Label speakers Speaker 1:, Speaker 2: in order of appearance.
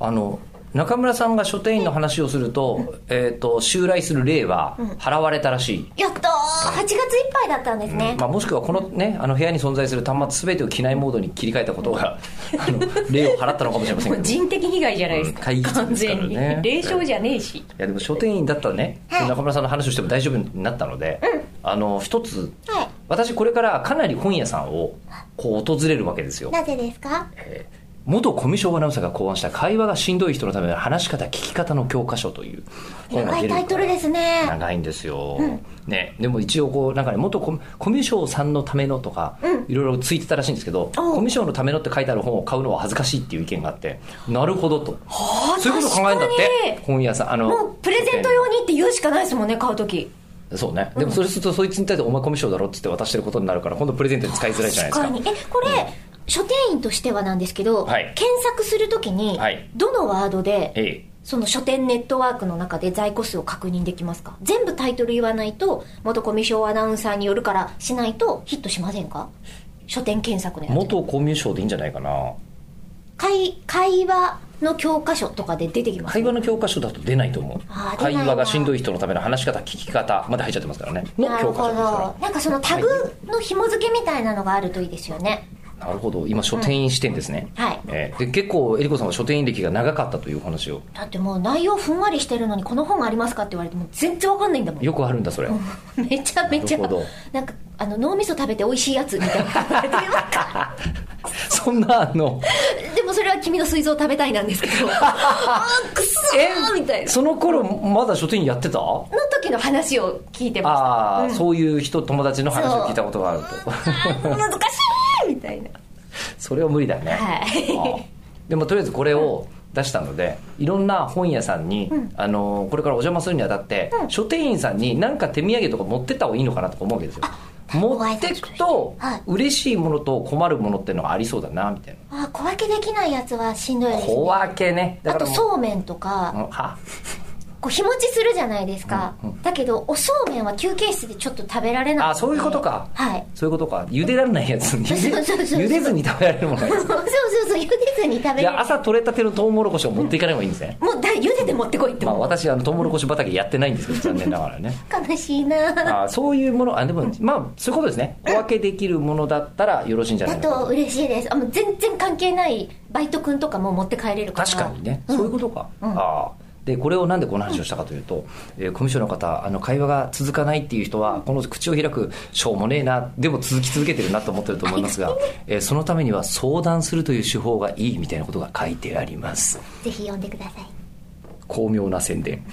Speaker 1: あの中村さんが書店員の話をすると,、えー、と襲来する霊は払われたらしい、
Speaker 2: やったー8月いっぱいだったんですね、
Speaker 1: まあ、もしくはこの,、ね、あの部屋に存在する端末全てを機内モードに切り替えたこと があの霊を払ったのかもしれません
Speaker 3: も
Speaker 1: け
Speaker 3: う
Speaker 1: どい
Speaker 3: 人的被害じゃないですか、
Speaker 1: うん
Speaker 3: 完全
Speaker 1: 怪物です
Speaker 3: に
Speaker 1: からね
Speaker 3: 霊障じゃねえし、
Speaker 1: やでも書店員だったらね、中村さんの話をしても大丈夫になったので、あの一つ
Speaker 2: はい
Speaker 1: 私これからかなり本屋さんをこう訪れるわけですよ
Speaker 2: なぜですか
Speaker 1: 元コミュ障アナウンサーが考案した会話がしんどい人のための話し方聞き方の教科書という本が出
Speaker 2: 長い
Speaker 1: る
Speaker 2: タイトルですね
Speaker 1: 長いんですよ、ね、でも一応こうなんかね元コミコミュ障さんのためのとか、いろいろついてたらしいんですけどコミュ障のためのって書いてある本を買うのは恥ずかしいっていう意見があってなるほどとそういうこと考えるんだって本屋さんあの
Speaker 3: もうプレゼント用にって言うしかないですもんね買う時
Speaker 1: そうねでもそれするとそいつに対して「お前コミュ障だろ」って言って渡してることになるから今度プレゼントに使いづらいじゃないですか
Speaker 2: 確かにえこれ、書店員としてはなんですけど、
Speaker 1: はい
Speaker 2: 検索するときに、
Speaker 1: はい
Speaker 2: どのワードで、
Speaker 1: ええ
Speaker 2: その書店ネットワークの中で在庫数を確認できますか全部タイトル言わないと元コミュ障アナウンサーによるからしないとヒットしませんか書店検索のやつ
Speaker 1: 元コミュ障でいいんじゃないかな
Speaker 2: 会会話の教科書とかで出てきます
Speaker 1: 会話の教科書だと出ないと思う
Speaker 2: あー出
Speaker 1: 会
Speaker 2: ないな
Speaker 1: 話がしんどい人のための話し方聞き方まで入っちゃってますからねの
Speaker 2: なる
Speaker 1: 教
Speaker 2: ほ
Speaker 1: 科書で
Speaker 2: ど
Speaker 1: すか
Speaker 2: なんかそのタグの紐付けみたいなのがあるといいですよね
Speaker 1: らなるほど今書店員視点ですね、
Speaker 2: はい
Speaker 1: えーで結構えりこさんは書店員歴が長かったというお話を
Speaker 2: だってもう内容ふんわりしてるのにこの本ありますかって言われても全然わかんないんだもん
Speaker 1: よくあるんだそれ、
Speaker 2: めちゃめちゃ
Speaker 1: なるほど
Speaker 2: なんかあの脳みそ食べて美味しいやつみ たいな
Speaker 1: そんなあの
Speaker 2: でもそれは君の膵臓食べたいなんで すけどあーくそーみたいな
Speaker 1: その頃まだ書店員やってた
Speaker 2: の時の話を聞いてま
Speaker 1: ああ、そういう人友達の話を聞いたことがあると
Speaker 2: す難しいみたいな
Speaker 1: それは無理だね、
Speaker 2: はい
Speaker 1: ああでもとりあえずこれを出したのでいろんな本屋さんに、あのこれからお邪魔するにあたって、書店員さんに何か手土産とか持ってった方がいいのかなとか思うわけですよ持ってくと
Speaker 2: はい
Speaker 1: 嬉しいものと困るものっていうのがありそうだなみたいな
Speaker 2: あー小分けできないやつはしんどいです
Speaker 1: 小
Speaker 2: ね
Speaker 1: 分けねだ
Speaker 2: あ
Speaker 1: から
Speaker 2: と
Speaker 1: もう
Speaker 2: そうめんとか、
Speaker 1: うんは
Speaker 2: こう日持ちするじゃないですか、だけどおそうめんは休憩室でちょっと食べられない
Speaker 1: あそういうことか
Speaker 2: はい
Speaker 1: そういうことか茹でられないやつ茹で
Speaker 2: そうそうそう
Speaker 1: 茹でずに食べられるもの
Speaker 2: そうそうそう茹でずに食べ
Speaker 1: じ
Speaker 2: れる
Speaker 1: ゃあ朝取れたてのトウモロコシを持っていかない方がいいんですね、
Speaker 2: もうだ茹でて持ってこいって
Speaker 1: まあ、
Speaker 2: もう、
Speaker 1: 私あのトウモロコシ畑やってないんですけ ど残念ながらね
Speaker 2: 悲しいな
Speaker 1: あーそういうものあでも、まあそういうことですねお分けできるものだったらよろしいんじゃな
Speaker 2: だ
Speaker 1: いか
Speaker 2: と
Speaker 1: と
Speaker 2: 嬉しいですあもう全然関係ないバイト君とかも持って帰れるから
Speaker 1: 確かにね、そういうことか、あーでこれをなんでこの話をしたかというと、えーコミュ障の方あの会話が続かないっていう人はこの口を開くしょうもねえなでも続き続けてるなと思ってると思いますが、えーそのためには相談するという手法がいいみたいなことが書いてあります
Speaker 2: ぜひ読んでください
Speaker 1: 巧妙な宣伝